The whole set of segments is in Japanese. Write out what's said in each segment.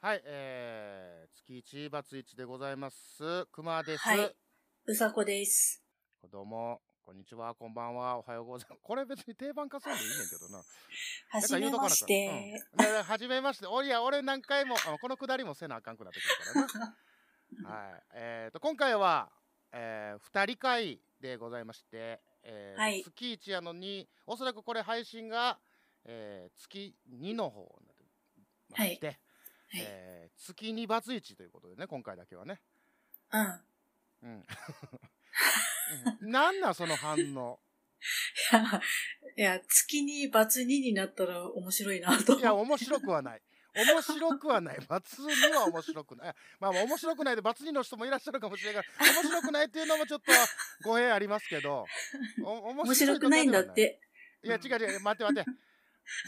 はい、えー、月1バツ1でございます。くまです。はい。うさこです。どうも、こんにちは、こんばんは、おはようございます。これ別に定番化するんでいいねんけどな。 はじめまなしんか言うて。とかなあかん。うんねはじめまして。おいや、俺何回も、あこのくだりもせなあかんくなってくるから な。はい。えっ、と、今回は、えー、二人会でございまして、えーはい月1やのに、おそらくこれ配信が、えー、月2の方になってまして、はいえー月2バツ1ということでね、今回だけはね。うん。うん。うんなんなん、その反 応。いや、月にバツ2になったら面白いなと。いや、面白くはない。面白くはない。罰には面白くない。あまあ、面白くないで、罰にの人もいらっしゃるかもしれないから、面白くないっていうのもちょっと語弊ありますけど、お面白くないんだっ。て。いや、違う違う、待って待って。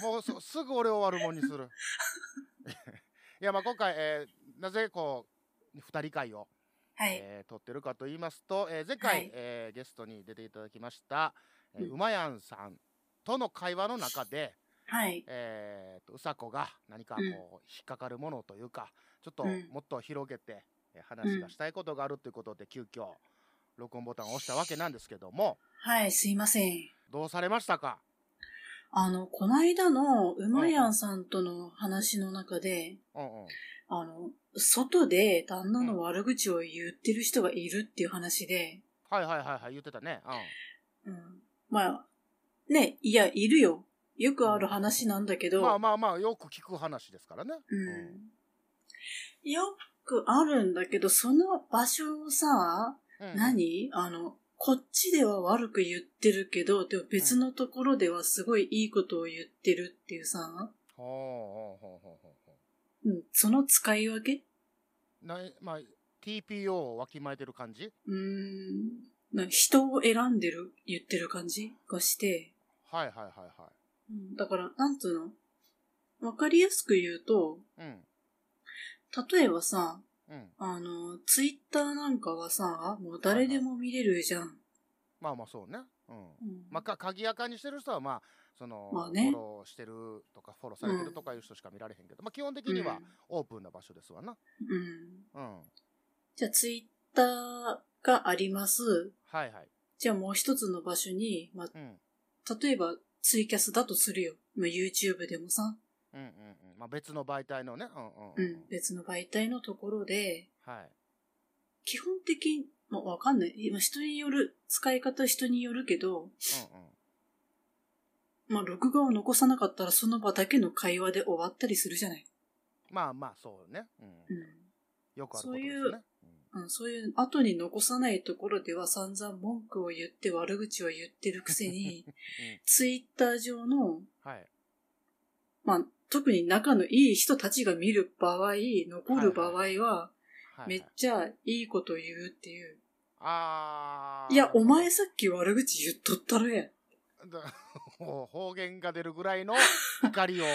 もうそすぐ俺を悪者にする。 いや、まあ今回、えーなぜこう、二人会を、はい。えー撮ってるかと言いますと、えー前回、はいえーゲストに出ていただきました、えーうんうまやんさんとの会話の中で、はい。えーとうさこが何かこううん引っかかるものというか、ちょっとうんもっと広げてえー話がしたいことがあるということで急遽録音ボタンを押したわけなんですけどもはい、すいません。どうされましたかあの、こないだのうまやんさんとの話の中で、うんうんあの、外で旦那の悪口を言ってる人がいるっていう話で、はいはいはいはい言ってたねうん。まあ、ね、いや、いるよ。よくある話なんだけうど、んまあまあまあよく聞く話ですからねうんよくあるんだけど、その場所をさ、うんうん何あの、こっちでは悪く言ってるけど、でも別のところではすごいいいことを言ってるっていうさ、ほうほうほうほうほうほうん、その使い分けうなまあ TPO をわきまえてる感じうーん、なんか人を選んでる、言ってる感じがして、はいはいはいはうん、だから、なんつうのわかりやすく言うと、いうん例えばさ、うんあの、ツイッターなんかはさ、もう誰でも見れるじゃん。まあまあそうねうんうんまあ、か鍵垢にしてる人はまあその、まあねフォローしてるとかフォローされてるとかいう人しか見られへんけど、まあ基本的にはオープンな場所ですわな。うん。うんうん。じゃあ、ツイッターがあります。はいはい。じゃあ、もう一つの場所に、まあ、うん。例えば、ツイキャスだとするよ。まあ、YouTube でもさ、うんうんうん。まあ別の媒体のね。うんうん、う。うんん、別の媒体のところで、はい。基本的に、まあ、わかんない。今、人による、使い方人によるけど、うんうん。まあ、録画を残さなかったら、その場だけの会話で終わったりするじゃない。まあまあそうね。うん。よくあることですそういねう。うん。うん、そういう、後に残さないところでは散々文句を言って悪口を言ってるくせに、ツイッター上のうん。はい。まあ、特に仲のいい人たちが見る場合、残る場合はいは、はい、めっちゃいいこと言うっていう。あーいや、お前さっき悪口言っとったろや。だ方言が出るぐらいの怒りを、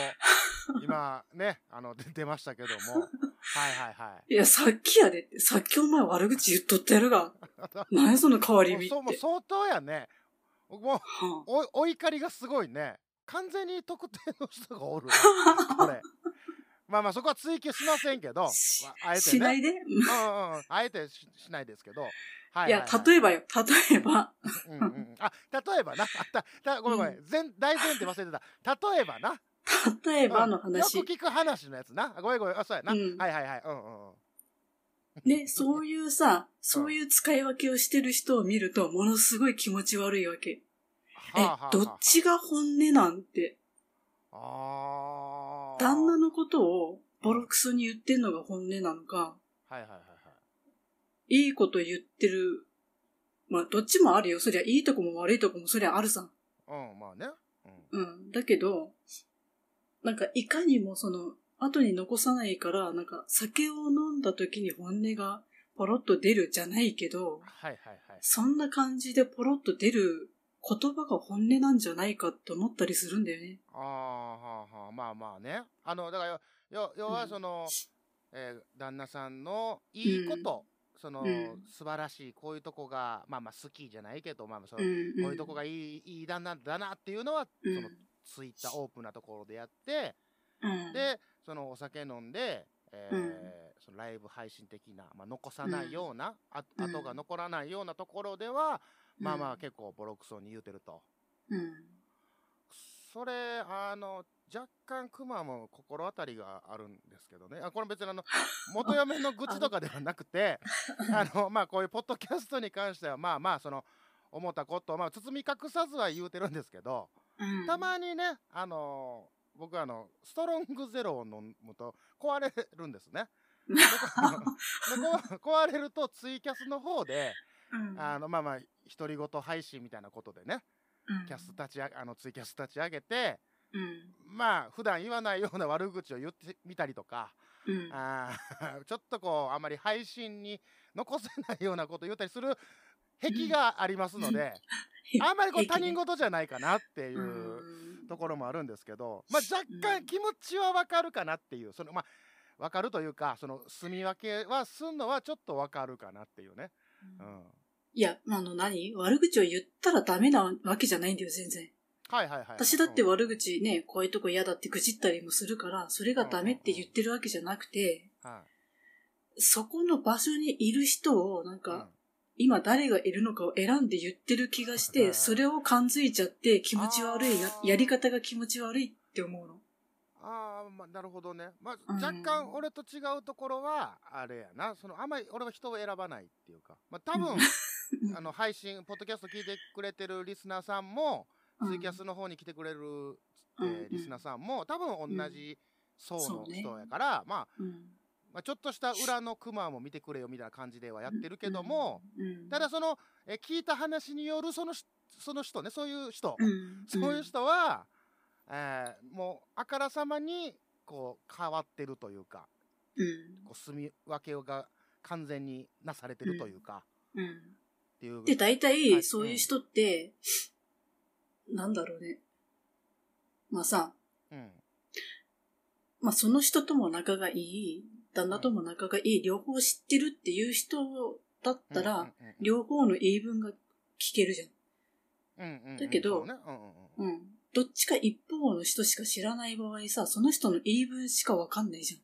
今ね、あの、出出ましたけども。はいはいはい。いや、さっきやでって、さっきお前悪口言っとったや ろが。何やその変わり身って。そうもう相当やねもうはおお怒りがすごいね完全に特定の人が おるこれまあまあそこは追求しませんけど、まあしあえてねしないで、うんうんうんうんあえてししないですけど、はいいや、例えばよ、よ、例えば、 うんうんうん、あ例えばなあたたごめんごめん、前大前提忘れてた例えばな例えばのうんよ話。く聞く話のやつなあごめんごめんあそうやな、うんはいはいはいうんうんうんね、そういうさ、そういう使い分けをしてる人を見ると、ものすごい気持ち悪いわけ。え、どっちが本音なんて。あー旦那のことをボロクソに言ってんのが本音なのか、はいはいはいはいいいこと言ってる。まあ、どっちもあるよ。そりゃ、いいとこも悪いとこもそりゃあるさ。うんまあね、うん、うん。だけど、なんか、いかにもその、後に残さないから、なんか、酒を飲んだ時に本音がポロッと出るじゃないけど、はいはいはいそんな感じでポロッと出る言葉が本音なんじゃないかと思ったりするんだよね。あーはあはあまあまあねあのだからよよ要はうんその、えー旦那さんのいいこと、その、うん素晴らしいこういうとこがまあまあ好きじゃないけどまあまあその、うん、うん。こういうとこがいいいい旦那だなっていうのは、うん、そのツイッターオープンなところでやってうん、でそのお酒飲んで、えうんーそのライブ配信的な、まあ、残さないような、あ後が残らないようなところでは、まあまあ結構ボロクソに言うてると。うん。それ、あの、若干熊も心当たりがあるんですけどね。あ、これ別 にあの、元嫁の愚痴とかではなくて、あの、まあこういうポッドキャストに関しては、まあまあその、思ったことを、まあ包み隠さずは言うてるんですけど、うん。たまにね、あの、僕はあの、ストロングゼロを飲むと壊れるんです ね。で こ壊れるとツイキャスの方で、うん、あの、まあまあ、独り言配信みたいなことでね、うんキャス立ち上げあの、ツイキャス立ち上げて、うん。まあ普段言わないような悪口を言ってみたりとか、うん。あー ちょっとこうあまり配信に残せないようなこと言ったりする癖がありますので、あんまりこう他人事じゃないかなっていううんところもあるんですけど、まあ、若う干ん気持ちはわかるかなっていうそのまあわかるというかその住み分けはすんのはちょっとわかるかなっていうね。うん、いや、あの何、悪口を言ったらダメなわけじゃないんだよ、全然。はいはいはい。私だって悪口ね、こういうとこ嫌だって愚痴ったりもするから、それがダメって言ってるわけじゃなくて、うん。はいそこの場所にいる人を、なんか、今誰がいるのかを選んで言ってる気がしうて、んそれを感づいちゃって気持ち悪いやあ、ーやり方が気持ち悪いって思うの。ああ、まあ、なるほどね。まあ、うん若干俺と違うところは、あれやな。その、あんまり俺は人を選ばないっていうか。まあ、多分、うん あの、配信、ポッドキャスト聞いてくれてるリスナーさんも、ツイキャスの方に来てくれる、えーうんリスナーさんも、多分同じ層そのうね人やから、まあ、うんまあ、ちょっとした裏のクマも見てくれよみたいな感じではやってるけども、、うんただ、その、えー聞いた話によるそのし、その人ね、そういう人。うんそういう人は、えーもうあからさまにこう変わってるというかうんこう住み分けが完全になされてるというか、うんっていうで、大は体、いそういう人って、なんだろうね。まあさ、うんまあその人とも仲がいい、旦那とも仲がいい、両方知ってるっていう人だったうんら、うんうん両方の言い分が聞けるじうんうんうんだけどそうねうんうんゃん。うん。どっちか一方の人しか知らない場合さ、その人の言い分しかわかんないじゃん。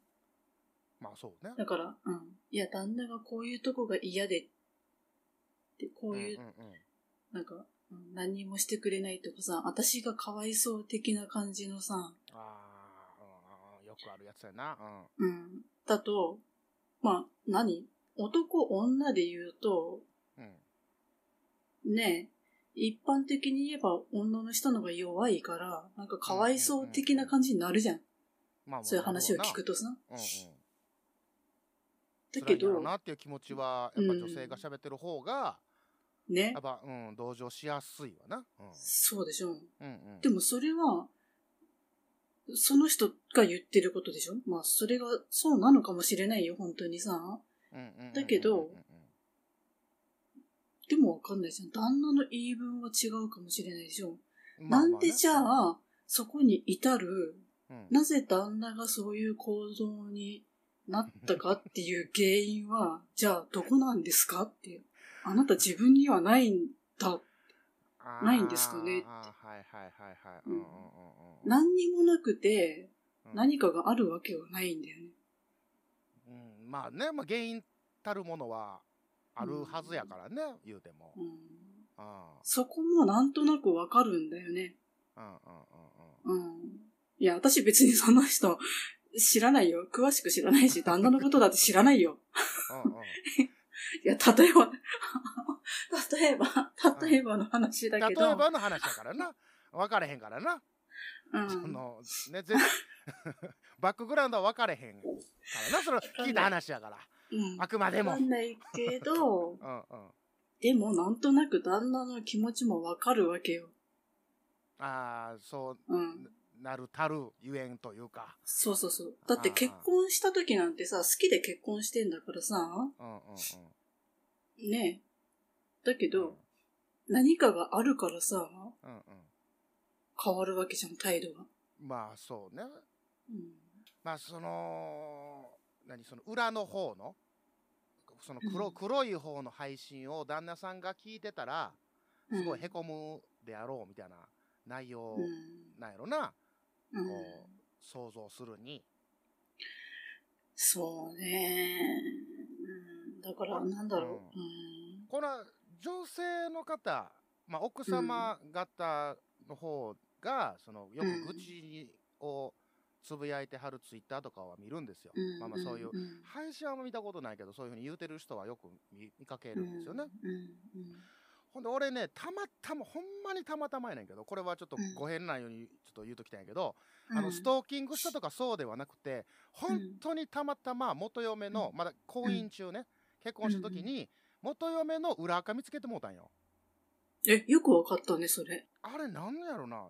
まあそうねだから、うん。いや、旦那がこういうとこが嫌で、で、こういううんうんうんなんか、うん何にもしてくれないとかさ、私がかわいそう的な感じのさ、あーうんうんよくあるやつやなうん。だと、まあ、何男、女で言うと、うんうんね、一般的に言えば女の人の方が弱いから、なんかかわいそう的な感じになるじゃん。まあそういう話を聞くととさ。うんうんだ辛けいだろうど、なっていう気持ちはやっぱ女性が喋ってる方が、ねやっ、ぱうん同情しやすいわな、うんそうでしょ。うんうん、でもそれは、その人が言ってることでしょまあ、それがそうなのかもしれないよ、本当にさ。うんうんうんうんうんだけどでもわかんないじゃん。旦那の言い分は違うかもしれないでしょ。まあまあねなんでじゃあ、そこに至るうんなぜ旦那がそういう行動になったかっていう原因は、じゃあどこなんですかっていう。あなた自分にはないんだ。ないんですかねあーはいはいはいはい。うんうんうんうん何にもなくて、うん何かがあるわけはないんだよね。うんまあね、まあ、原因たるものはあるはずやからね、言うても。うん、うんそこもなんとなくわかるんだよね。うんうんうんうん。いや、私別にその人、知らないよ。詳しく知らないし、旦那のことだって知らないよ。うんうんうんいや、例えば、 例えば、例えばの話だ例けえど。ばの話やからな。分かれへんからな。うん、その、ね、全 バックグラウンドは分かれへんからな。それ聞いた話やから。うんあくまでも。わうかんんないけど、うん。あでもなんとなく旦那の気持ちもわかるわけよ。あー、そううん。なるたるゆえんというか。そうそうそう。だって結婚した時なんてさ、好きで結婚してんだからさ、うんうんうん。ねえ。だけど、何かがあるからさ、うんうん。変わるわけじゃん、態度が。まあそうね。うん。まあその何その裏の方のその黒,、うん黒い方の配信を旦那さんが聞いてたらすごいへこむであろうみたいな内容うん。なんやろな、うんこう想像するに、そうね。うんだから、なんだろう。うんこれは女性の方、まあ、奥様方の方が、そのよく愚痴をつぶやいてはるツイッターとかは見るんですよ。うん。まあまあそういううん配信はあんま見たことないけどそういうふうに言うてる人はよく見見かけるんですよね。うんうんほんで俺ねたまたまほんまにたまたまやねんけどこれはちょっとうんご変なようにちょっと言うときたんやけど、うんあのストーキングしたとかそうではなくて本当にたまたま元嫁のまだ婚姻中ね結婚した時に元嫁の裏垢見つけてもうたんよ。え、よくわかったね、それ。あれなんやろな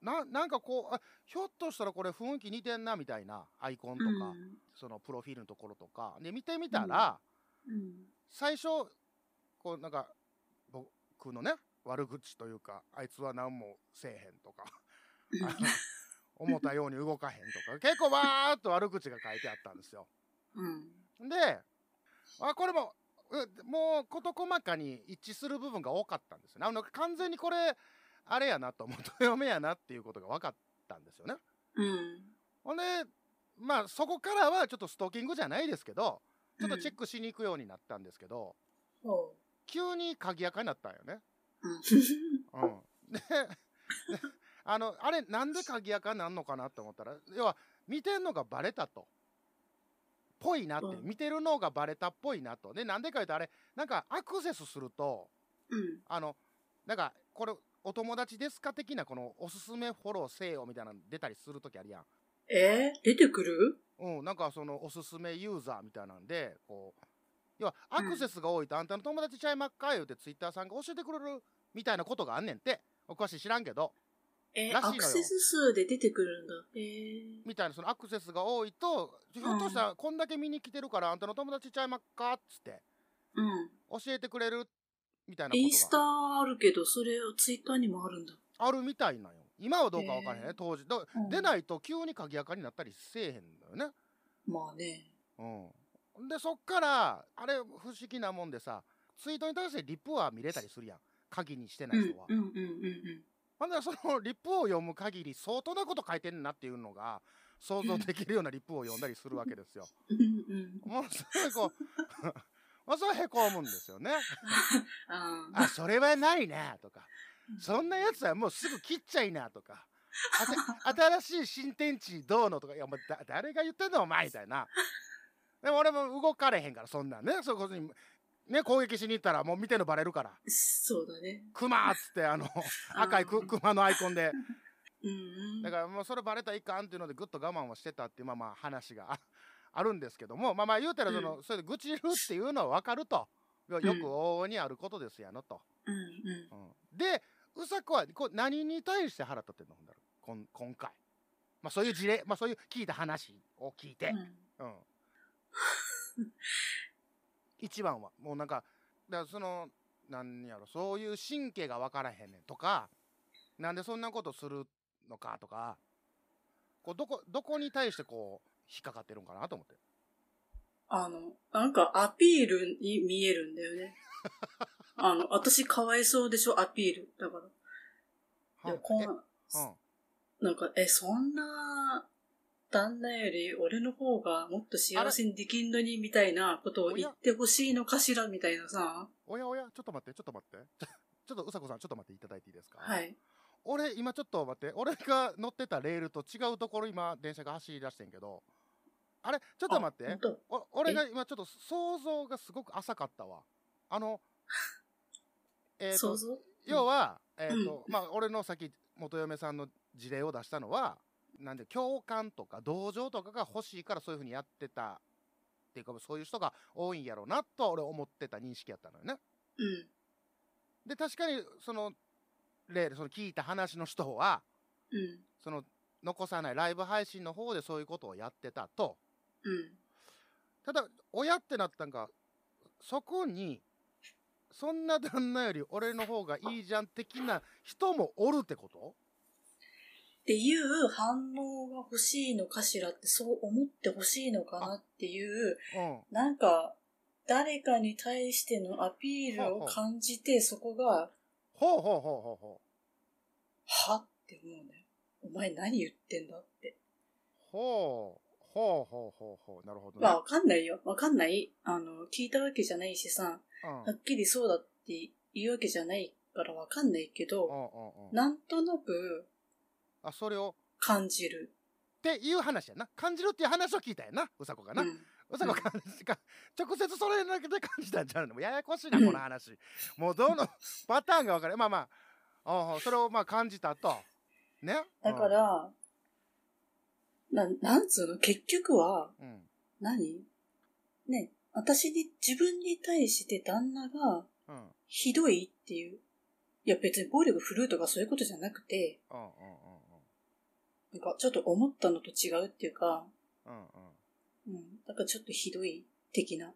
ななんかこうあひょっとしたらこれ雰囲気似てんなみたいなアイコンとか、うんそのプロフィールのところとかで見てみたら、うん最初こうなんか僕のね悪口というかあいつは何もせえへんとかあの思ったように動かへんとか結構わーっと悪口が書いてあったんですよ。うん。であこれもうもう事細かに一致する部分が多かったんですよね。あの完全にこれあれやなと 元嫁やなっていうことが分かったんですよね。うん。ほんでまあそこからはちょっとストーキングじゃないですけどちょっとチェックしに行くようになったんですけど。ほ急に鍵垢になったんよね。ううん。 うん、であのあれなんで鍵垢なんのかなと思ったら要は見てんのがバレたと。ぽいなって、うん見てるのがバレたっぽいなと。でなんでか言うとあれなんかアクセスすると うん。あのなんかこれお友達ですか的なこのおすすめフォローせよみたいなの出たりするときあるやん。えー出てくるうん、なんかそのおすすめユーザーみたいなんでこう要はアクセスが多いと、あんたの友達ちゃいまっかよってツイッターさんが教えてくれるみたいなことがあんねんってお詳しい知らんけどえーらしいのよアクセス数で出てくるんだ。えーみたいなそのアクセスが多いとひょっとしたらこんだけ見に来てるからあんたの友達ちゃいまっかっつってうん。教えてくれるみたいなインスこタとがあるけど、それをツイッターにもあるんだ。あるみたいなんよ今はどうかわからへんね、へー当時だうん出ないと急に鍵垢になったりせえへんのよねまあね。うん、でそっからあれ不思議なもんでさツイートに対してリプは見れたりするやん鍵にしてなういん人は。うんうんうんほんならその リプを読む限り相当なこと書いてんなっていうのが想像できるようなリプを読んだりするわけ ですよ。うん。うんうん。もうそれこう もうそれへこむんですよね。あーあそれはないなとかうんそんなやつはもうすぐ切っちゃいなとか。あた新 しい新天地どうのとか、いや、もうだ誰が言ってんのお前みたいな。でも俺も動かれへんから、そんなんね。そこに、ね、攻撃しに行ったらもう見てんのバレるから。そうだね。クマっつって、あ の、あー赤いククマのアイコン で。うんうん。だからもうそれバレたらいかんっていうのでぐっと我慢をしてたっていう、まあまあ話がああるんですけども、まあまあ言うたら、その、それで愚痴るっていうのはわかると。よよく往々にあることですやのと。うんうん。うんで、うさこはこう何に対して腹立ってんのほんだらこん今回。まあそういう事例、まあそういう聞いた話を聞いて。うんうん。 一番は、もうなんか、だからその、なんやろ、そういう神経が分からへんねんとか、なんでそんなことするのかとか、こうどこ、どこに対してこう、引っかかってるんかなと思って。あの、なんかアピールに見えるんだ よね。あの、私かわいそうでしょ、アピール。だから。でもこんえな、うんなんか、え、そんな、旦那より俺の方がもっと幸せにできんのに、みたいなことを言ってほしいのかしら、みたいなさ。おやおや、ちょっと待って、ちょっと待って。ちょちょっとうさこさん、ちょっと待っていただいていいですかはい。俺今ちょっと待って俺が乗ってたレールと違うところ今電車が走り出してんけどあれちょっと待っほてんとお俺が今ちょっと想像がすごく浅かったわあのえっそとうそう。要は、えっ、と、まあ、俺のさっき元嫁さんの事例を出したのは、なんで、共感とか同情とかが欲しいからそういうふうにやってたっていうか、そういう人が多いんやろうなと俺思ってた認識やったのよね。うん。で、確かに、その、例で、その聞いた話の人は、うん。その、残さないライブ配信の方でそういうことをやってたと。うん。ただ、親ってなったんか、そこに、そんな旦那より俺の方がいいじゃん的な人もおるってことっていう反応が欲しいのかしらって、そう思って欲しいのかなっていう、うん。なんか、誰かに対してのアピールを感じて、そこが、ほうほうほうほうほう。はって思うね。お前何言ってんだって。ほう。ほうほうほうほう。なるほどね。まあ、わかんないよ。わかんない。あの、聞いたわけじゃないしさ、うん。はっきりそうだって言うわけじゃないからわかんないけうど、んうんうん。なんとなくあ、それを、感じる。っていう話やな。感じるっていう話を聞いたやな。うさこがなう。んうさこうん感じか、直接それだけで感じたんちゃうのもうややこしいな、うんこの話。もうどのパターンが分かる。まあまあ、ああそれをまあ感じたと。ね。だか、ら、な、なんつうの、結局は、うん。うん何ね、私に、自分に対して旦那がうんうんひどいっていう。いや、別に暴力振るうとかそういうことじゃなくて、うんなんかちょっと思ったのと違うっていうか、うんうんうんうん、だからちょっとひどい的な、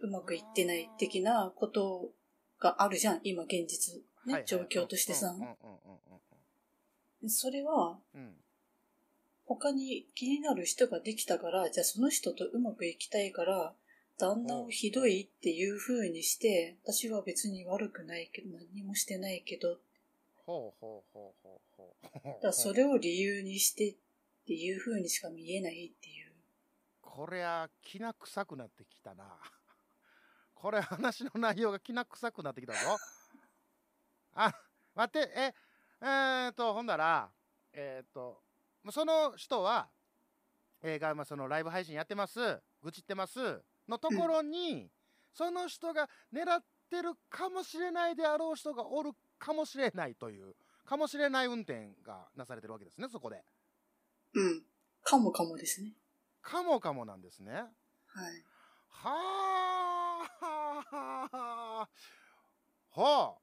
うまくいってない的なことがあるじゃん、今現実。ね、はいはい状況としてさ、うんうんうんそれは、うんうん他に気になる人ができたから、じゃあその人とうまくいきたいから、旦那をひどいっていう風にして、私は別に悪くないけど、何もしてないけど、ほうほうほうほうほうほうだからそれを理由にしてっていう風にしか見えないっていう。こりゃきな臭くなってきたな これ話の内容がきな臭くなってきたぞあ待ってええー、とほんならえっ、とその人はえーが、まあ、そのライブ配信やってます愚痴ってますのところに、その人が狙ってるかもしれないであろう人がおるかもしれないというかもしれない運転がなされてるわけですねそこでうん。かもかもですね。かもかもなんですねはい。はあ、 はあ、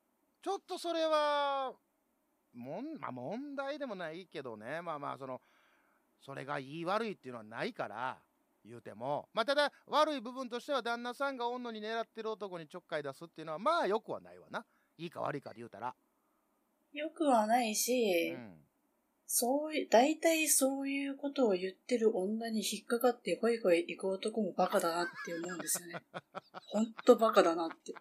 ちょっとそれは、もん、まあ問題でもないけどね、まあまあ、その、それが言い悪いっていうのはないから、言うても、まあただ、悪い部分としては旦那さんがおんのに狙ってる男にちょっかい出すっていうのは、まあよくはないわな。いいか悪いかで言うたら。よくはないし、うん。そういう、大体そういうことを言ってる女に引っかかってホイホイ行く男もバカだなって思うんです よね。ほんとバカだなって。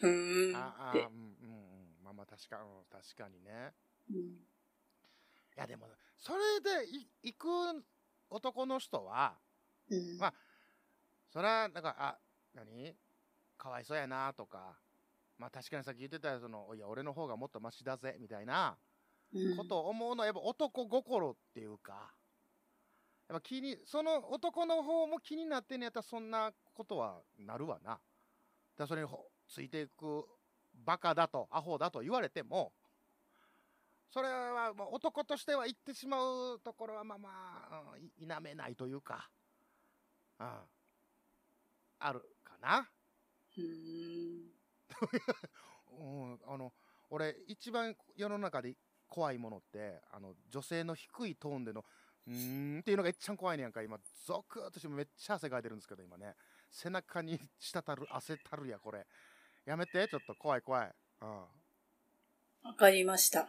うーんあっあ、うんて。うんうん。まあまあ確か、うん、確かにね。うんいやでも、それでい行く男の人は、うんまあそれはなんかあ何かわいそうやなとかまあ確かにさっき言ってたそのいや俺の方がもっとマシだぜみたいなうんことを思うのはやっぱ男心っていうかやっぱ気にその男の方も気になってんのやったらそんなことはなるわなだからそれにほついていくバカだとアホだと言われてもそれはまあ男としては言ってしまうところはまあまあ、うんい否めないというか、うん、あるかな。うーんうん、あの俺一番世の中で怖いものってあの女性の低いトーンでの「うーん」っていうのが一番怖いねやんか今ゾクッとしてめっちゃ汗かいてるんですけど今ね背中に滴る汗たるやこれやめてちょっと怖い怖い、うん、わかりました。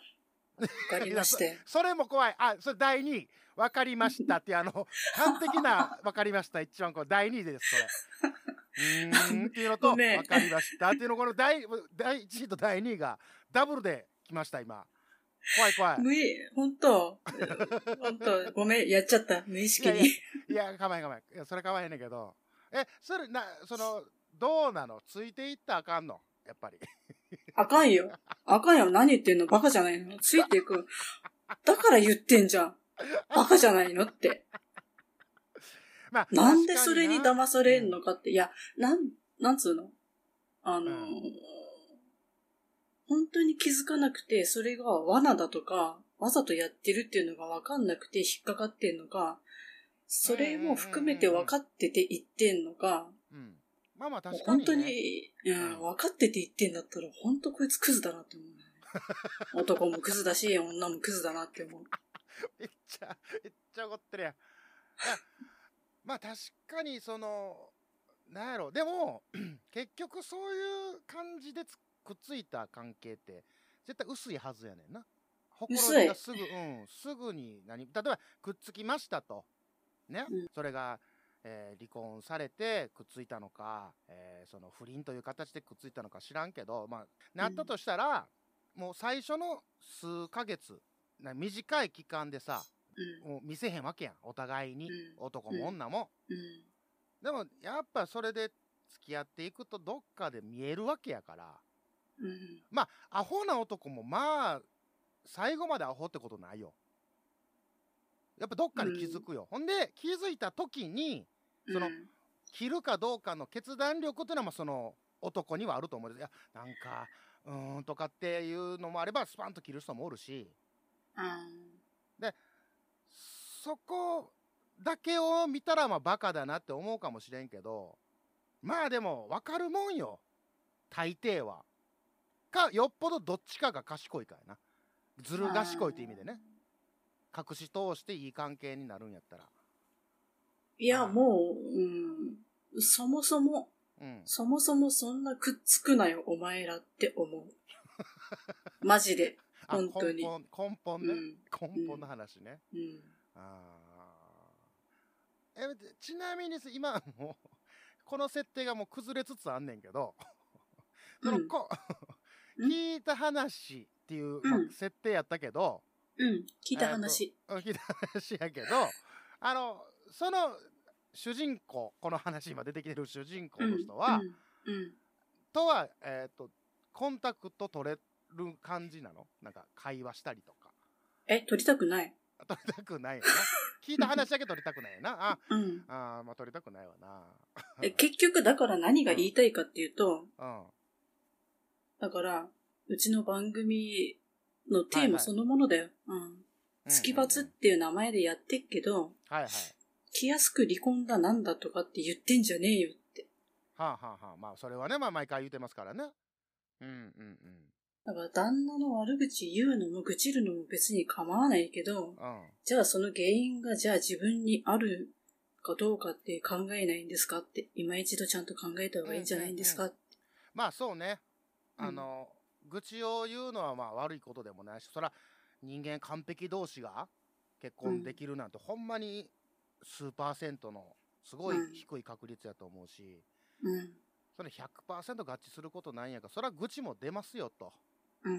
わかりましたよそれも 怖いあそれ第2位分かりましたっていうあ の完璧な分かりました一番こう第2位ですそれ。うーんっていうのとごめん分かりましたっていうのこの第第1位と第2位がダブルで来ました今怖い怖い無意、ほんと、ほんと、ごめん、やっちゃった。無意識いやいに。 いや構えん構えんいやそれ構えへんねんけどえそれなそのどうなのついていったらあかんのやっぱり あかんよ。あかんよ。何言ってんのバカじゃないのついていく。だから言ってんじゃん。バカじゃないのって。まあなんでそれに確か騙されんのかって。いや、なん、なんつうのあのうーん本当に気づかなくて、それが罠だとか、わざとやってるっていうのがわかんなくて引っかかってんのか、それも含めて分かってて言ってんのか、になうん、まあまあもう確かに、ね、本当に、うん、分かってて言ってんだったら、本当こいつクズだなって 思うね。男もクズだし、女もクズだなって思う。めっちゃ、めっちゃ怒ってるやん。いやまあ確かにその、なんやろ、でも、 結局そういう感じでつくっついた関係って、絶対薄いはずやねんな。ほころびがすぐ、うん、すぐに何、例えばくっつきましたと。ね、うんそれが、えー離婚されてくっついたのか、えーその不倫という形でくっついたのか知らんけど、まあ、なったとしたら、もう最初の数ヶ月、な短い期間でさ、うんもう見せへんわけやんお互いに、う男も女も、うんでもやっぱそれで付き合っていくとどっかで見えるわけやからうんまあアホな男もまあ最後までアホってことないよやっぱどっかで気づくよ、ほんで気づいた時にそのうん切るかどうかの決断力っていうのはまあその男にはあると思うんですいやなんかうーんとかっていうのもあればスパンと切る人もおるしあそこだけを見たらまあバカだなって思うかもしれんけどまあでも分かるもんよ大抵は。かよっぽどどっちかが賢いかやなずーる賢いって意味でね隠し通していい関係になるんやったら。いやもう、うん、そもそもうん、そもそもそんなくっつくなよお前らって思うマジであ本当根に本根う本ね、ん根本の話ね。うんあーえでちなみにす今もうこの設定がもう崩れつつあんねんけどそのうんこ、うん聞いた話っていう、まあうん設定やったけど、うん聞いた話うん聞いた話やけどあのその主人公この話今出てきてる主人公うんの人は、うんうんとは、えー、とコンタクト取れる感じなのなんか会話したりとかえ取りたくない取りたくないよ な聞いた話だけ取りたくないよなあ うんああ、まあ取りたくないわな。え結局だから何が言いたいかっていうとうん。だからうちの番組のテはいーはマいそのものだよ、うんスキバツっうんうんていう名前でやってっけうど、んはいはい。気安く離婚だなんだとかって言ってんじゃねえよって。はあはあはあ。まあそれはね、まあ毎回言うてますからね。うんうんだから旦那の悪口言うのも愚痴るのも別に構わないけうど、ん。うん。じゃあその原因がじゃあ自分にあるかどうかって考えないんですかって、今一度ちゃんと考えた方がいいんじゃないんですかって。まあそうね。うんあの、愚痴を言うのはまあ悪いことでもないし、そら人間完璧同士が結婚できるなんて、ほんまに数パーセントのすごいうん低い確率やと思うし、うん、それ100%合致することないんやから、そら愚痴も出ますよと。うん、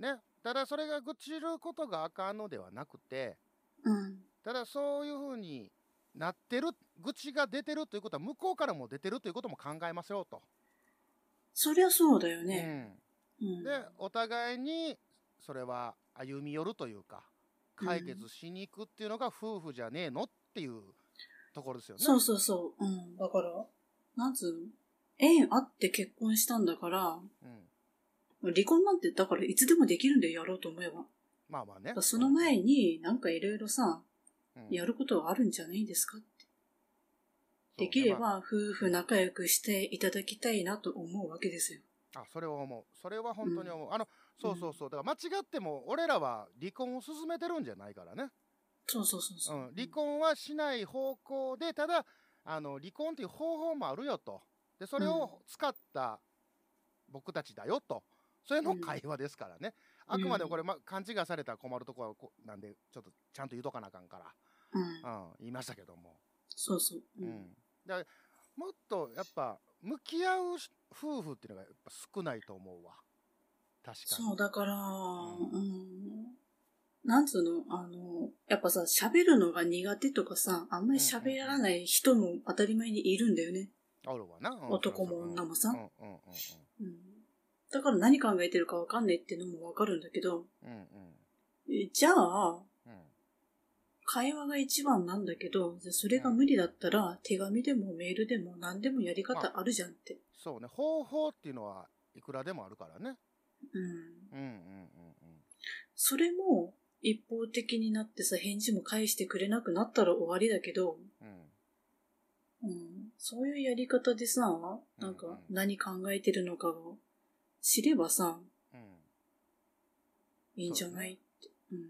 ね。ただそれが愚痴ることがあかんのではなくて、うん、ただそういうふうになってる愚痴が出てるということは向こうからも出てるということも考えましょうと、そりゃそうだよね。う。うんんでお互いにそれは歩み寄るというか解決しに行くっていうのが夫婦じゃねえのっていうところですよね。そうそうそう。うん。だから、なんつうの縁あって結婚したんだから、うん離婚なんてだからいつでもできるんだよ、やろうと思えば。まあまあねだか。らその前になんかいろいろさ、うん、やることはあるんじゃないんですかって。そうできれまば夫婦仲良くしていただきたいなと思うわけですよ。ああそれを思うそれは本当に思う、あのそうそうそうだから間違っても俺らは離婚を進めてるんじゃないからね。そうそうそうそうう。ん、離婚はしない方向でただあの離婚という方法もあるよとでそれを使った僕たちだよとそれの会話ですからね、うんあくまでもこれ、ま、勘違いされたら困るとこはこなんでちょっとちゃんと言うとかなあかんかうん。ら、うん、言いましたけども、そうそう。ううんん。だからもっとやっぱ向き合うし夫婦っていうのがやっぱ少ないと思うわ確かにそう、だから、んうん。なんつうの、あの、やっぱさ、喋るのが苦手とかさ、あんまり喋らない人も当たり前にいるんだよね。あるわな、うん男も女もさうんうんうんうん。だから何考えてるかわかんないっていうのもわかるんだけど、うんうんえじゃあ、うんうん会話が一番なんだけど、じゃあそれが無理だったら、手紙でもメールでも何でもやり方あるじゃんって。そうね方法っていうのはいくらでもあるからねうん。うんうんそれも、一方的になってさ、返事も返してくれなくなったら終わりだけど、うんうんうん、そういうやり方でさ、なんうんうかん何考えてるのかを知ればさ、うんうんいいんじゃないって。ううんん。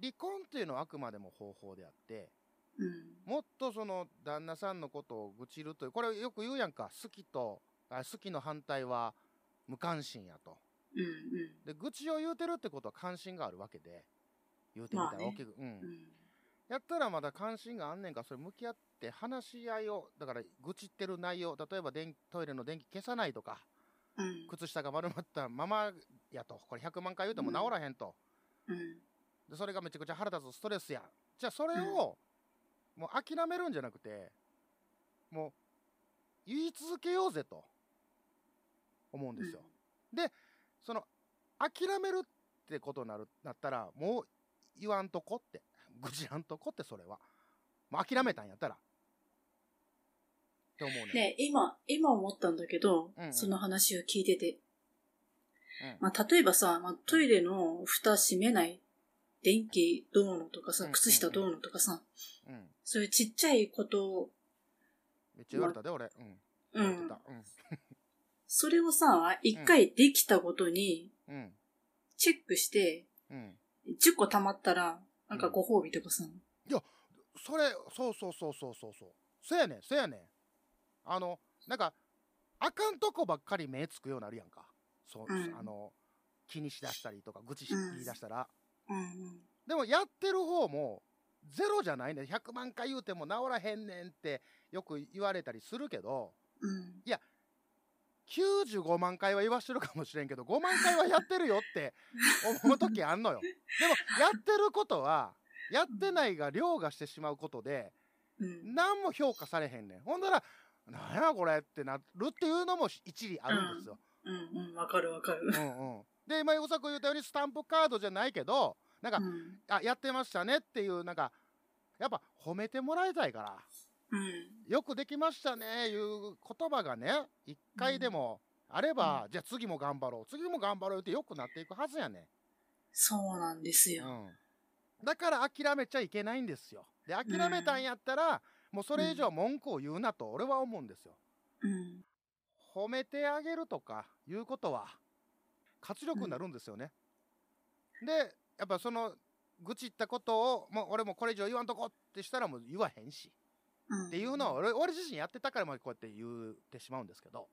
離婚っていうのはあくまでも方法であってうん。もっとその旦那さんのことを愚痴るというこれよく言うやんか好きとあ好きの反対は無関心やとうん。で愚痴を言うてるってことは関心があるわけで言うてみたまあらね大きく、うんうん。うん。やったらまだ関心があんねんからそれ向き合って話し合いをだから愚痴ってる内容例えば電トイレの電気消さないとかうん。靴下が丸まったままやとこれ100万回言うても治らへんと、うん。でそれがめちゃくちゃ腹立つストレスやじゃあそれを、もう諦めるんじゃなくてもう言い続けようぜと思うんですよ、でその諦めるってことになるなったらもう言わんとこって愚痴らんとこってそれはもう諦めたんやったらって思うねね今、今思ったんだけど、うんうんその話を聞いてて。うんまあ、例えばさ、まあ、トイレの蓋閉めない、電気どうのとかうんさう、んうん靴下どうのとかさ、うんそういうちっちゃいことを、めっちゃ言われたで俺うんう言われんて。たうんそれをさ、一回できたことに、うんチェックして、うん10個溜まったら、なんかうんご褒美とかさ、それそうそうそうそうそうそうそやねんそやねんあのなんかあかんとこばっかり目つくようになるやんかそう、うんあの気にしだしたりとか愚痴しうん言いだしたら、うんうん。でもやってる方もゼロじゃないねん100万回言うても治らへんねんってよく言われたりするけどうん。 95万回は言わしてるかもしれんけど5万回はやってるよっ て思う時あんのよでもやってることはやってないが凌駕してしまうことで、うん。何も評価されへんねんほんだら「なんやこれ」ってなるっていうのも一理あるんですよ。うんうん。わかるわかる。うんうん、で今横さん言ったようにスタンプカードじゃないけどなんかう、ん。あやってましたねっていうなんかやっぱ褒めてもらいたいからうん。よくできましたねいう言葉がね一回でもあれば、じゃあ次も頑張ろう次も頑張ろうってよくなっていくはずやねん。そうなんですよ。うん、だから諦めちゃいけないんですよ。で諦めたんやったら、もうそれ以上文句を言うなと俺は思うんですよ。うん。褒めてあげるとかいうことは活力になるんですよね。でやっぱその愚痴ったことをもう俺もこれ以上言わんとこってしたらもう言わへんしうん。っていうのを俺俺自身やってたからまあこうやって言ってしまうんですけど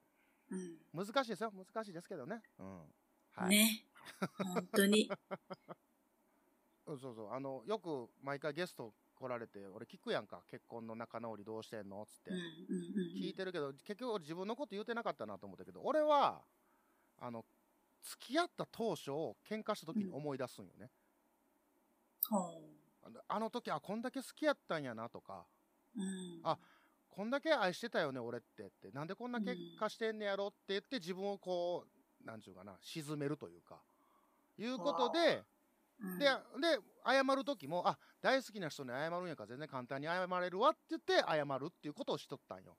うん。難しいですよ難しいですけどね。うんはい、ね。本 当に。うんそうそうあのよく毎回ゲスト来られて俺聞くやんか結婚の仲直りどうしてんのっつってうん。うんうん。聞いてるけど、結局俺自分のこと言うてなかったなと思ったけど俺はあの付き合った当初を喧嘩した時に思い出すんよね、ほあのあの時あこんだけ好きやったんやなとかう。うん。あこんだけ愛してたよね俺ってってなんでこんな結果してんねやろって言って自分をこうなんちゅうかな沈めるというかいうことでうん、でで謝る時もあ大好きな人に謝るんやから全然簡単に謝れるわって言って謝るっていうことをしとったんよ。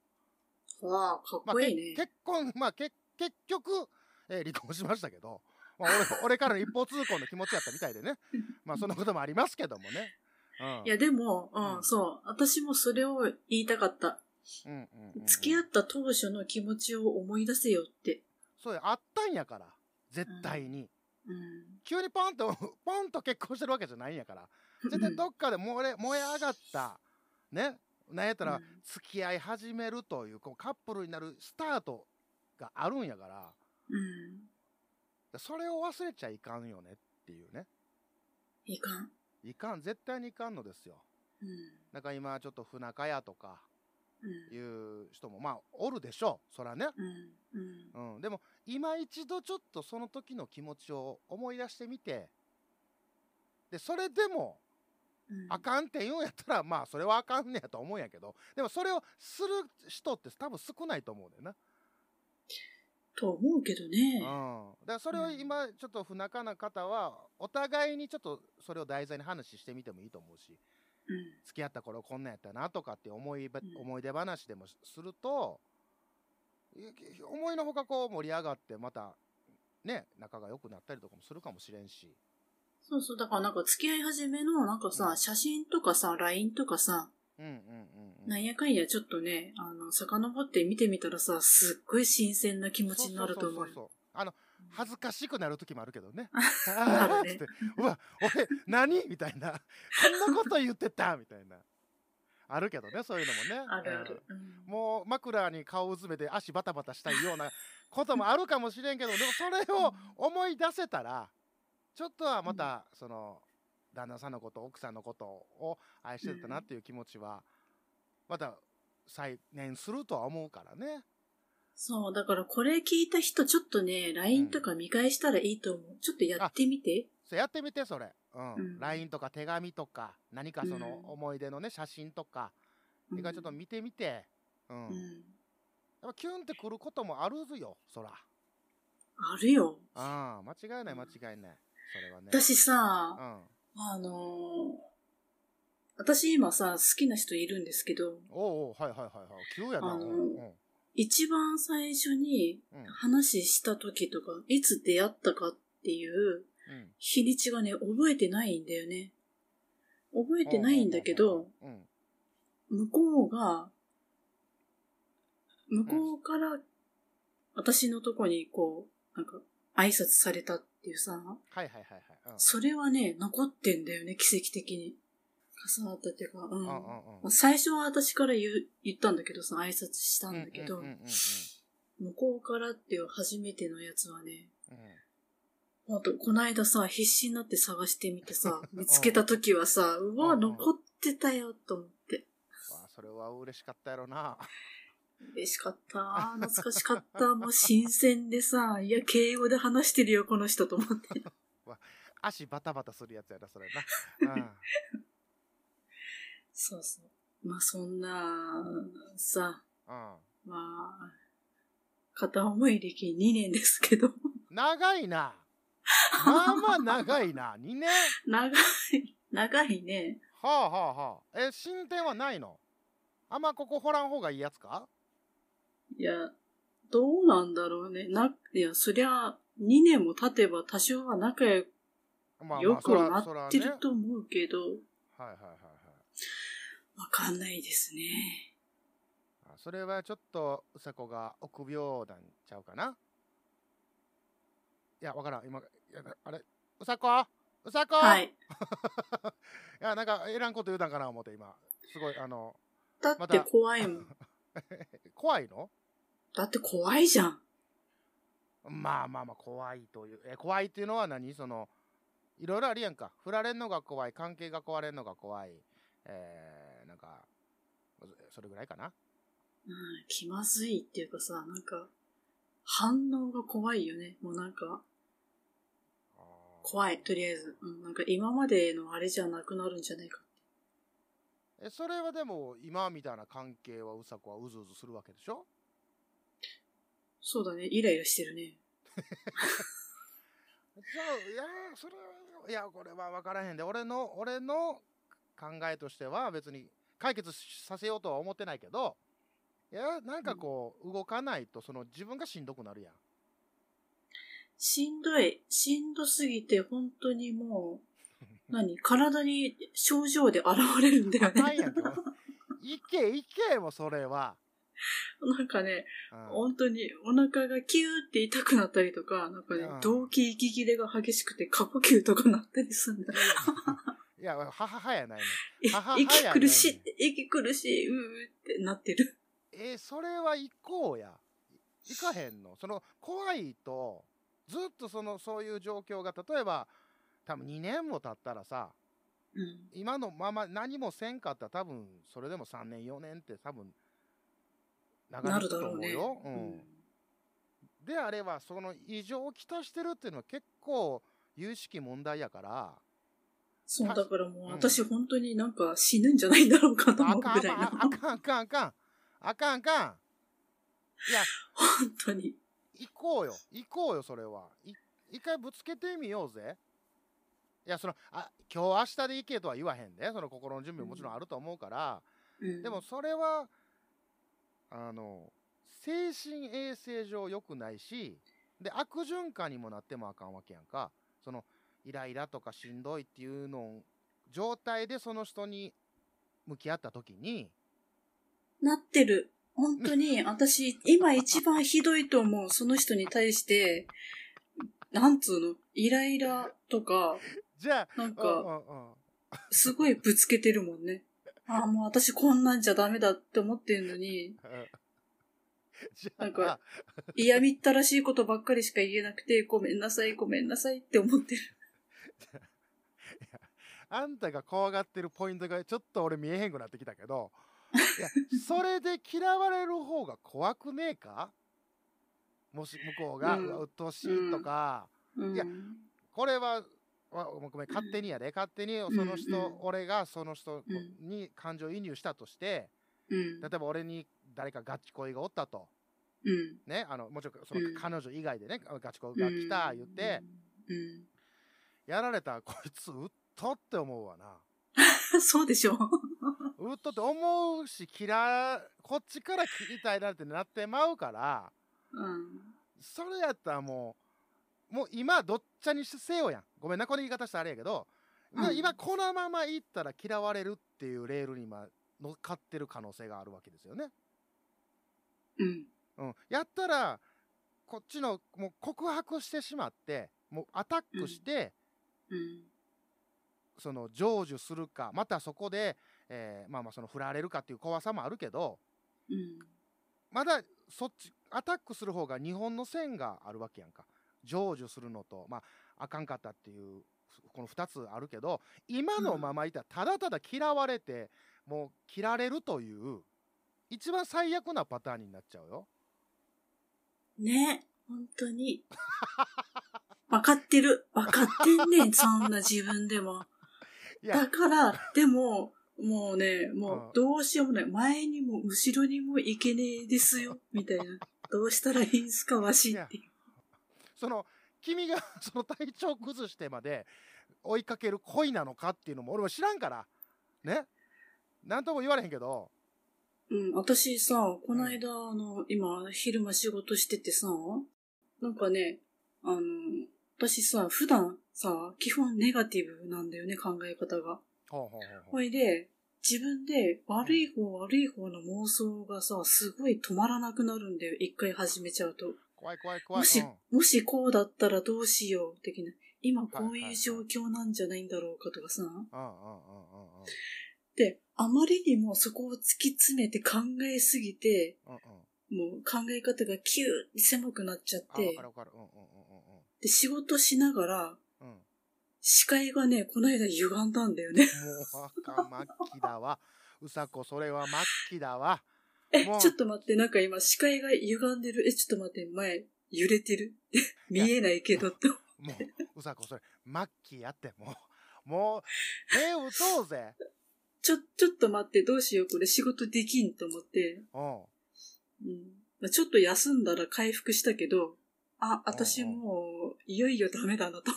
わあ、かっまあ、こいけいね。結婚、まあ、け結局、えー離婚しましたけど、 まあ、俺俺からの一方通行の気持ちやったみたいで ね、まあ、そんなこともありますけどもね。うん、いや、でも、ううんん、そう。私もそれを言いたかった。うんうんうんうん付き合った当初の気持ちを思い出せよって。そうよあったんやから、絶対に。うん。急にポンと、 ポンと結婚してるわけじゃないんやから、絶対どっかで燃え燃え上がった、ね、なんやったら、うん付き合い始めるという、こうカップルになるスタートがあるんやから、うん。それを忘れちゃいかんよねっていうね。いかん。いかん、絶対にいかんのですよ。うん。なんか今ちょっと不仲やとかうん。いう人もまあおるでしょう。そらね。うん。うん。うん。でも今一度ちょっとその時の気持ちを思い出してみて、で、それでもうんあかんって言うんやったら、まあそれはあかんねやと思うんやけど、でもそれをする人って多分少ないと思うんだよな。と思うけどね。うん。だからそれを今ちょっと不仲な方は、お互いにちょっとそれを題材に話してみてもいいと思うし、うん。付き合った頃こんなんやったなとかって思いば、うん思い出話でもするとい思いのほかこう盛り上がってまたね仲が良くなったりとかもするかもしれんし、そうそう。だからなんか付き合い始めの、なんかうさ、ん写真とかさ、LINE とかさ、うんうんうんなんうん、やかんやちょっとね、あの、遡って見てみたらさ、すっごい新鮮な気持ちになると思うそうそうそうよ。そうあの恥ずかしくなる時もあるけど ね。あるね つってうわ俺何みたいなこんなこと言ってたみたいなあるけどねそういうのもね。あるうあんる。うんもう枕に顔をうずめて足バタバタしたいようなこともあるかもしれんけどでもそれを思い出せたらちょっとはまたその旦那さんのこと奥さんのことを愛してたなっていう気持ちはまた再燃するとは思うからね。そう、だからこれ聞いた人、ちょっとね、LINE とか見返したらいいと思う。ちょっとやってみて。それやってみてそれ、うんうん LINE とか手紙とか何かそのうん思い出のね写真とか、うんてかちょっと見てみて、うんうん。やっぱキュンってくることもあるずよそらあるよ。ああ間違いない間違いないそれはね私さう、んあのー私今さ、好きな人いるんですけど、おうおうはいはいはいはい急やな、あうのんうん一番最初にうん話した時とか、いつ出会ったかっていううん日にちがね、覚えてないんだよね。覚えてないんだけど、うんうん向こうが、向こうから私のとこにこう、なんか挨拶されたっていうさ、はいはいはいはい、うん、それはね、残ってんだよね、奇跡的に。重なったっていうか、うん。うんうんまうあん最初は私から言う言ったんだけどさ、挨拶したんだけうどんうん、うんうん向こうからっていう初めてのやつはね、うんうんほんと、こないださ、必死になって探してみ てさ、見つけた時はさ、うわ、うんうん残ってたよ、と思って。わあそれは嬉しかったやろな 嬉しかった。懐かしかった。もう新鮮でさ、いや、敬語で話してるよ、この人と思って。足バタバタするやつやなそれ な、うん、そうそう。まあ、そんな、さ、うんまあ、片思い歴2年ですけど、 長いな。まあまあ長いな。2年。長い、長いね。はあはあはあ。え、進展はないのあんまここ掘らん方がいいやつかいや、どうなんだろうね。な、いや、そりゃ、2年も経てば多少は仲良まあまあ、くそはら、そならっねて。ると思うけど、はいはいはいはい。わかんないですね。あそれはちょっと、うさこが臆病なんちゃうかな。いや、わからん。今、いやあれ、うさこうさこ、、はいい。や、なんか、えらんこと言うたんかな思って、今。すごい、あの、だまってた怖いも ん。怖いのだって怖いじゃん。まあまあまあ怖いというえ怖いっていうのは何そのいろいろあるやんか振られんのが怖い関係が壊れんのが怖いえー、なんかそれぐらいかなうん、気まずいっていうかさ、なんか、反応が怖いよね。もうなんか、怖い、とりあえず。うん、なんか今までのあれじゃなくなるんじゃないか。えそれはでも今みたいな関係はうさこはうずうずするわけでしょそうだね、イライラしてるね。そういやーそれはいやこれは分からへんで俺の俺の考えとしては別に解決させようとは思ってないけどいやなんかこう動かないとその自分がしんどくなるやんしんどい。しんどすぎて、本当にもう、何体に症状で現れるんだよねあかんやんけ。いけいけもうそれは。 なんかね、うん本当にお腹がキューって痛くなったりとか、なんかねうん、動悸息切れが激しくて過呼吸とかなったりす るんだ。 いや、はははやないね。えはははやね息苦しい、息苦しい、うーってなってる。え、それは行こうや。行かへんの。その、怖いと、ずっとその、そういう状況が、例えば、多分2年も経ったらさ、うん今のまま何もせんかったら多分、それでも3年、4年って多分、長な引るくだとろう思うね。よ。うん。であれば、その異常をきたしてるっていうのは結構、有識問題やから、そう、だからもううん私本当になんか死ぬんじゃないだろうかとあ思うかんあぐからいんの。 あかんあかんあかんあかんあかんいや本当に。行こうよ行こうよそれはい一回ぶつけてみようぜいやそのあ今日明日で行けとは言わへんでその心の準備ももちろんあると思うから、うんでも、それはあの精神衛生上良くないしで悪循環にもなってもあかんわけやんかそのイライラとかしんどいっていうのを状態でその人に向き合った時になってる。本当 に、私、今一番ひどいと思う。その人に対して、なんつうの、イライラとか、じゃあなんうんうか、んうんすごいぶつけてるもんね。ああ、もう私こんなんじゃダメだって思ってんのに、 じゃあなんか嫌みったらしいことばっかりしか言えなくて、ごめんなさい、ごめんなさいって思ってる。あんたが怖がってるポイントがちょっと俺見えへんくなってきたけ どいやそれで嫌われる方が怖くねえかもし向こうが「ううんわうっとうしい」とか、うん。いやこれはわごめん勝手にやで勝手にその人、うんうん俺がその人うに感情移入したとして、うん例えば俺に誰かガチ恋がおったと、うんね、あのもちろんそのうん彼女以外でね、ガチ恋が来た言って、うんやられたらこいつうっとって思うわな。うん そうでしょうっとって思うし嫌いこっちから切りたいなってなってまうからうんそれやったらもうもう今どっちゃにせよやんごめんなこの言い方したらあれやけど、うん今このままいったら嫌われるっていうレールに今乗っかってる可能性があるわけですよね。うんうん、やったらこっちのもう告白してしまってもうアタックして、うんその成就するかまたそこで、えーまあまあその振られるかっていう怖さもあるけどうんまだそっちアタックする方が日本の線があるわけやんか成就するのと、まあ、あかんかったっていうこの2つあるけど今のままいたらただただ嫌われてもう切られるという一番最悪なパターンになっちゃうよ。ね本当に。わかってる。わかって んねん、そんな自分でも。いだやから、でも、もうね、うもんうどうしようもない。前にも後ろにも行けねえですよ、みたいな。どうしたらいいんすか、わしって。その君が その体調崩してまで追いかける恋なのかっていうのも俺も知らんからねなんとも言われへんけどうん、私さ、この間、あの、今、昼間仕事しててさ、なんかね、あの、私さ、普段さ、基本ネガティブなんだよね、考え方が。ほうほうほうほうほいで、自分で悪い方悪い方の妄想がさ、すごい止まらなくなるんだよ。一回始めちゃうと。怖い怖い怖いもしうん、もしこうだったらどうしよう、的な。今こはういはいいはうい状況なんじゃないんだろうかとかさ。うんうんうんうんうんで、あまりにもそこを突き詰めて考えすぎて、うんうん。もう考え方がキューって狭くなっちゃっあ、わてかる、わかる。うんうんで、仕事しながら、うんうんうん。うん。視界がね、この間歪んだんだよね。もう、あか末期だわ。うさこ、それは末期だわ。え、もうちょっと待って、なんか今視界が歪んでる。え、ちょっと待って、前、揺れてる。見えないけどと。もう、うさこ、それ、末期やって、もう。もう、手打とうぜ。ちょ、ちょっと待って、どうしよう、これ仕事できんと思って。うん。うん。まあ、ちょっと休んだら回復したけど、あ、私うんうんもう、いよいよダメだなと。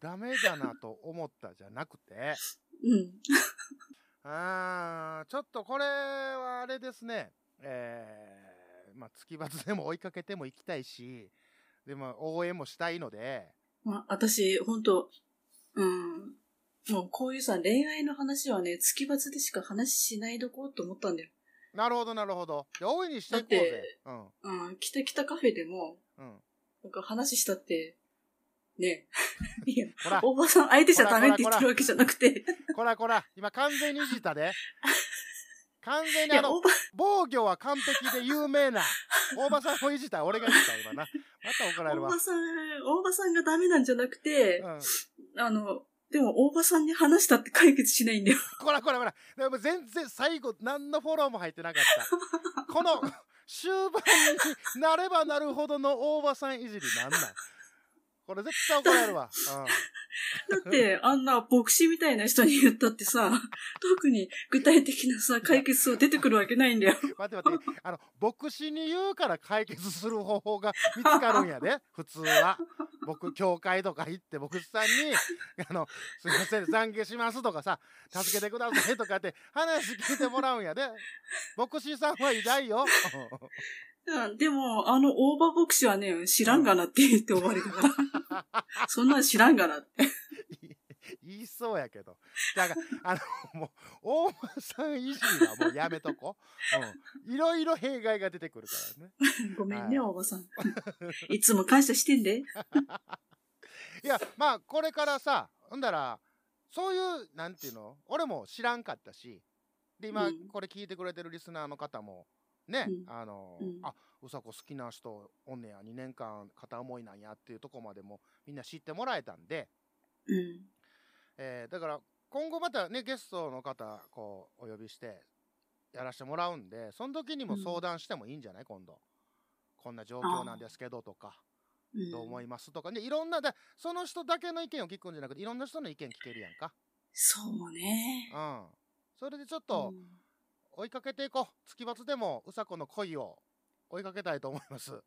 ダメだなと思ったじゃなくて。うん。あー、ちょっとこれはあれですね。えー、まあ、月罰でも追いかけても行きたいし、でも応援もしたいので、まあ、私、本当うん。もうこういうさ、恋愛の話はね、月罰でしか話しないどこうと思ったんだよ。なるほど、なるほど。じゃあ、応援にしていこうだっぜて。うん。うん。きたきたカフェでも、うん。なんか話したって、ね いや、ほら、 大場さん相手じゃダメって言ってるわけじゃなくて。こらこら、今完全にいじった で。完全いにあや、の、大場、防御は完璧で有名な、大場さんをいじった、俺がいじった、今な。また怒られ大るわ。場さん、大場さんがダメなんじゃなくて、うん、あの、でも大場さんに話したって解決しない んだよ。こらこらこら、でも全然最後、何のフォローも入ってなかった。この、終盤になればなるほどの大場さんいじりなんなんこれ絶対怒られるわ。だって、あんな牧師みたいな人に言ったってさ、特に具体的なさ、解決法出てくるわけないんだよ。うん。待って待って、あの、牧師に言うから解決する方法が見つかるんやで、普通は。僕、教会とか行って、牧師さんに、あの、すいません、懺悔しますとかさ、助けてくださいとかって話聞いてもらうんやで。牧師さんは偉大よ。 うんでも、あの大場牧師はね、知らんがなって言って終わりだから。 そんなん知らんがなって。言いそうやけど。だから、あの、もう、大間さん維持はもうやめとこ。うん。いろいろ弊害が出てくるからね。ごめんね、大場さん。いつも感謝してんで。いや、まあ、これからさ、ほんだら、そういう、なんていうの俺も知らんかったし、で、今、うんこれ聞いてくれてるリスナーの方も、ね、うんあの、うんあ、うさこ好きな人おんねや、2年間片思いなんやっていうとこまでもみんな知ってもらえたんで、うん。えーだから今後またねゲストの方こうお呼びしてやらせてもらうんでその時にもうん相談してもいいんじゃない、今度こんな状況なんですけどとかうんどう思いますとかね、いろんな、だその人だけの意見を聞くんじゃなくて、いろんな人の意見聞けるやんか。そうね。うん。それでちょっとうん追いかけていこう。月罰でもうさこの恋を追いかけたいと思います。は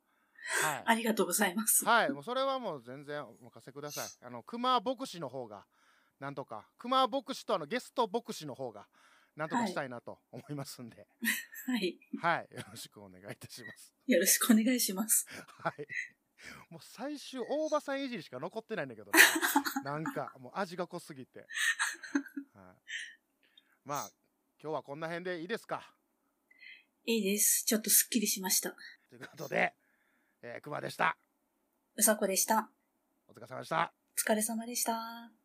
あい。りがとうございます。はい。もうそれはもう全然お任せくだ さい。あの、熊牧師の方が、なんとか、熊牧師とあのゲスト牧師の方が、なんとかしたいなと思いますんで、はい。はい。よろしくお願いいたします。よろしくお願いします。はい。 もう最終、大場さんいじりしか残ってないんだけど、なんか、もう味が濃すぎて。はい。まあ、今日はこんな辺でいいですか。いいです。ちょっとすっきりしました。ということで、えー、熊でした。うさこでした。お疲れ様でした。お疲れ様でした。